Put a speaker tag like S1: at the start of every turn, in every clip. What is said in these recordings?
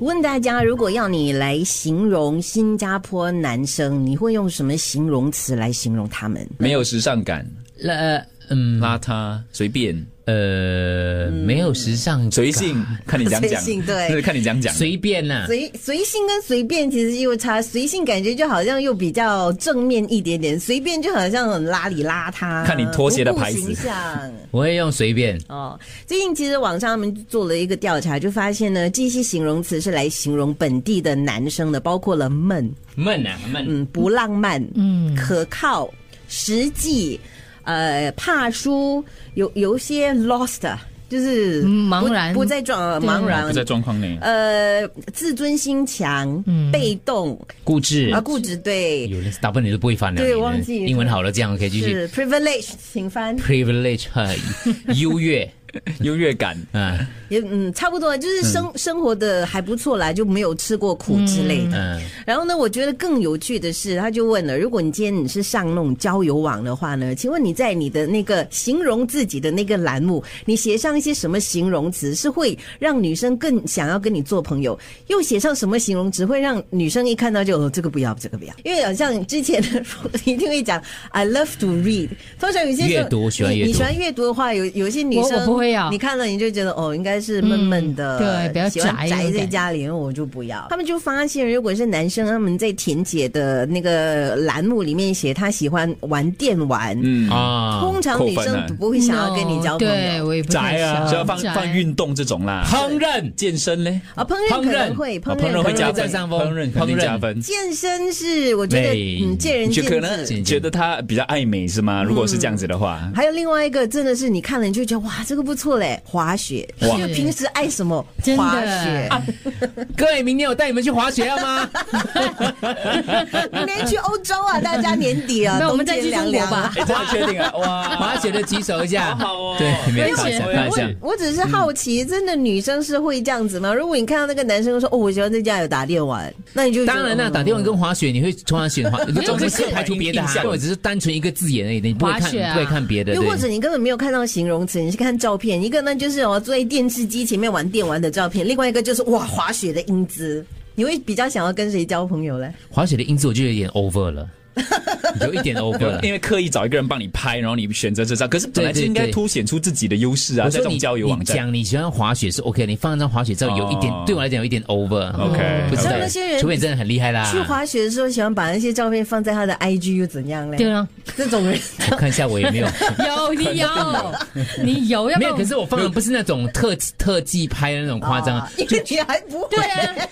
S1: 问大家，如果要你来形容新加坡男生，你会用什么形容词来形容他们？
S2: 没有时尚感，
S3: 那嗯
S2: 邋遢，随便，
S3: 呃，没有时尚，
S2: 随性，看你讲讲，
S1: 随性对
S2: 看你讲讲，
S3: 随便啊呐、
S1: 随随性跟随便其实又差，随性感觉就好像又比较正面一点点，随便就好像很邋里邋遢。
S2: 看你拖鞋的牌子
S1: 不顾形象。
S3: 我会用随便。
S1: 哦，最近其实网上他们做了一个调查，就发现呢，这些形容词是来形容本地的男生的，包括了闷，
S3: 闷啊闷，
S1: 嗯，不浪漫，嗯，可靠，实际，呃，怕输，有有一些 lost，啊就是
S4: 嗯
S1: 不
S4: 茫然
S1: 不在状呃
S4: 对
S1: 茫
S2: 不在
S1: 然。
S2: 状况内。
S1: 呃，自尊心强，
S4: 嗯
S1: 被动
S3: 固执
S1: 啊，固执对，
S3: 有人打笨你都不会翻了，
S1: 对
S3: 你的
S1: 忘记
S3: 英文好了，这样可以继续。
S1: 是 privilege，请翻
S3: privilege 呃优越
S2: 优越感，
S3: 啊，
S1: 也嗯，差不多就是生、生活的还不错啦，就没有吃过苦之类的。
S3: 嗯嗯
S1: 然后呢，我觉得更有趣的是，他就问了：如果你今天你是上那种交友网的话呢，请问你在你的那个形容自己的那个栏目，你写上一些什么形容词是会让女生更想要跟你做朋友？又写上什么形容词会让女生一看到就、哦、这个不要，这个不要？因为好像之前 的一定会讲 I love to read，通常有些时候
S3: 阅读喜欢
S1: 你
S3: 阅读
S1: 你喜欢阅读的话，有有些女生
S4: 我我不会啊
S1: 你看了你就觉得哦，应该是闷闷的，
S4: 嗯对比较
S1: 喜欢
S4: 宅
S1: 宅
S4: 有
S1: 在
S4: 点
S1: 家里，我就不要。他们就发现，如果是男生，他们在田姐的那个栏目里面写他喜欢玩电玩，
S2: 嗯
S3: 啊，
S1: 通常女
S2: 扣分啊
S1: 生不会想要跟你交朋
S4: No，对
S1: 友。
S4: 我也不太
S2: 宅啊，
S4: 想
S2: 就要放
S4: 宅
S2: 放运动这种啦，
S3: 烹饪
S2: 健身嘞，
S1: 啊，烹饪可能会，
S2: 啊
S1: 烹
S2: 烹
S1: 饪
S2: 饪会加
S1: 可能
S2: 分，
S3: 在上风
S2: 烹饪肯定加分。
S1: 健身是我觉得
S3: 对
S1: 嗯见仁
S2: 就
S1: 见
S2: 可
S1: 智。
S2: 能觉得他比较爱美是吗？如果是这样子 的话，
S1: 还有另外一个，真的是你看了你就觉得哇，这个不错嘞，滑雪。
S2: 哇
S1: 就平时爱什么
S4: 真的
S1: 滑雪，
S3: 各位，明天我带你们去滑雪要吗？
S1: 明年去欧洲啊，大家年底啊，
S4: 那我们
S1: 冬
S4: 再
S1: 天
S4: 去中
S1: 凉凉啊
S4: 国吧。
S2: 哎，这样确定啊？哇，
S3: 滑雪的举手一下，
S2: 好好哦
S3: 对，没有
S4: 而
S3: 看一
S4: 且
S3: 下，看一下。
S1: 我只是好奇，真的女生是会这样子吗？如果你看到那个男生说：“哦，我喜欢在家有打电玩”，那你就觉得
S3: 当然啦，
S1: 嗯
S3: 打电话跟滑雪，你会突然选滑，
S4: 有
S3: 我
S4: 不
S3: 们
S4: 是
S3: 是排除别的啊
S2: 印，象
S3: 或者只是单纯一个字眼而已，你不会
S4: 滑
S3: 看，
S4: 雪
S3: 你
S4: 啊
S3: 不会看别的，
S1: 又
S3: 对
S1: 或。者你根本没有看到形容词，你是看照片。一个呢就是哦坐在电视机前面玩电玩的照片，另外一个就是哇滑雪的英姿。你会比较想要跟谁交朋友嘞？
S3: 滑雪的音质我就有点 over 了， 有一点 over 了
S2: 因。为刻意找一个人帮你拍，然后你选择这张，可是本来
S3: 对对
S2: 就应该
S3: 对
S2: 凸显出自己的优势啊，
S3: 我
S2: 在这
S3: 说
S2: 种
S3: 你
S2: 交友网
S3: 你
S2: 站。
S3: 讲你喜欢滑雪是 OK，你放一张滑雪照有一点
S2: 哦，
S3: 对我来讲有一点 over。嗯
S2: OK，
S3: 不知道
S1: 像那些人
S3: 除非你真的很厉害啦。
S1: 去滑雪的时候喜欢把那些照片放在他的 IG 又怎样嘞？
S4: 对 啊，
S1: 这种人
S3: 看一下我有没有。
S4: 有你有，你有，要不
S3: 没
S4: 然
S3: 有，
S4: 我
S3: 可是我放的不是那种特特技拍的那种 夸张啊
S1: 啊，， 因为你还不会
S4: 对啊，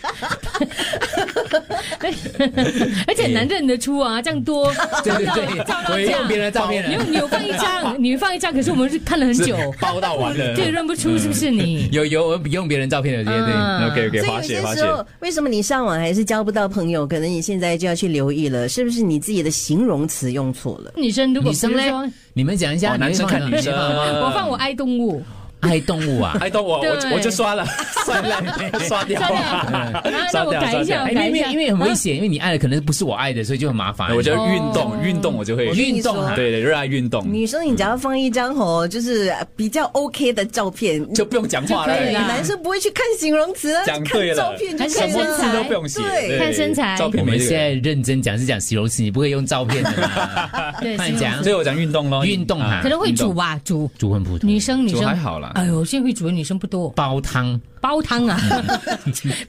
S4: 哎 而且难认得出啊，这样多，
S3: 对对对
S4: 照，
S3: 我
S4: 到
S3: 也用别
S4: 架。
S3: 人的照片
S4: 因
S3: 了
S4: 为，你有放一张，你放一张，可是我们是看了很久，
S2: 包到完了。
S4: 对，认不出是不是你？
S3: 有有我用别人照片的，对对。
S4: 嗯
S2: OK
S1: 所
S2: OK，
S1: 以有
S2: 滑
S1: 些
S2: 雪滑
S1: 时
S2: 雪。
S1: 候，为什么你上网还是交不到朋友？可能你现在就要去留意了，是不是你自己的形容词用错了？
S4: 女生如果
S3: 女生
S4: 比如
S3: 嘞
S4: 说，哎
S3: 你们讲一下，
S2: 哦男生看女嗯生啊
S4: 我放我爱动物，
S3: 爱动物 啊，
S2: 哎，等我我就
S4: 对
S2: 我就刷 了，算了，刷掉
S4: 算 了
S2: 吧
S4: 啊，
S2: 刷
S4: 那我
S2: 掉
S4: 改
S2: 刷
S4: 一下
S2: 掉
S4: 我
S3: 哎，
S4: 改
S3: 因
S4: 一
S3: 为
S4: 下，
S3: 因为很危险，因为你爱的可能不是我爱的，所以就很麻烦。
S2: 哎我就
S4: 哦
S2: 运动运动，我啊就会
S1: 我跟你说
S2: 对对，热爱运动，
S1: 女生，你只要放一张哦，就是比较 OK 的照片，哎
S2: 就不用讲话
S4: 就可以
S2: 了哎
S4: 了。
S1: 男生不会去看形容词啊，
S2: 啊讲对
S1: 看
S2: 了
S1: 照片就
S4: 还是
S1: 可
S2: 什
S1: 以
S2: 么
S4: 身
S2: 字
S4: 材
S2: 都不用写，
S1: 对
S2: 对
S4: 看身材
S2: 照
S3: 我
S2: 片
S3: 们
S2: 没这
S3: 现
S2: 个
S3: 在认真讲是讲形容词，你不可以用照片的嘛。
S4: 对
S3: 快讲
S2: 所以我讲运动咯，
S3: 运动啊
S4: 可能会煮
S2: 运动，
S4: 吧，煮
S3: 煮很普通，
S4: 女生女
S2: 煮
S4: 生
S2: 还好啦
S4: 哎呦，现在会煮的女生不多，
S3: 煲汤，
S4: 煲 汤啊，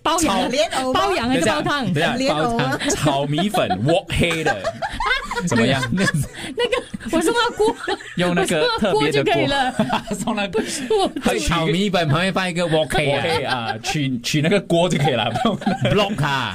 S4: 煲
S1: 炒
S4: 羊
S1: 莲藕吗
S4: 煲羊还
S2: 等一
S4: 是
S2: 下
S4: 煲啊
S2: 等
S4: 汤
S2: 一？ 下
S1: 莲藕啊
S2: 煲汤炒米粉，我黑的，怎么样？
S4: 那个我是要锅，
S2: 用那个
S4: 我是
S2: 特
S4: 要锅
S2: 别的
S4: 就可以了。
S2: 锅，送那个
S4: 我
S3: 还有炒米粉旁边放一个 wok
S2: 我黑
S3: 啊
S2: 啊，取取那个锅就可以了，不用
S3: ，block 啊。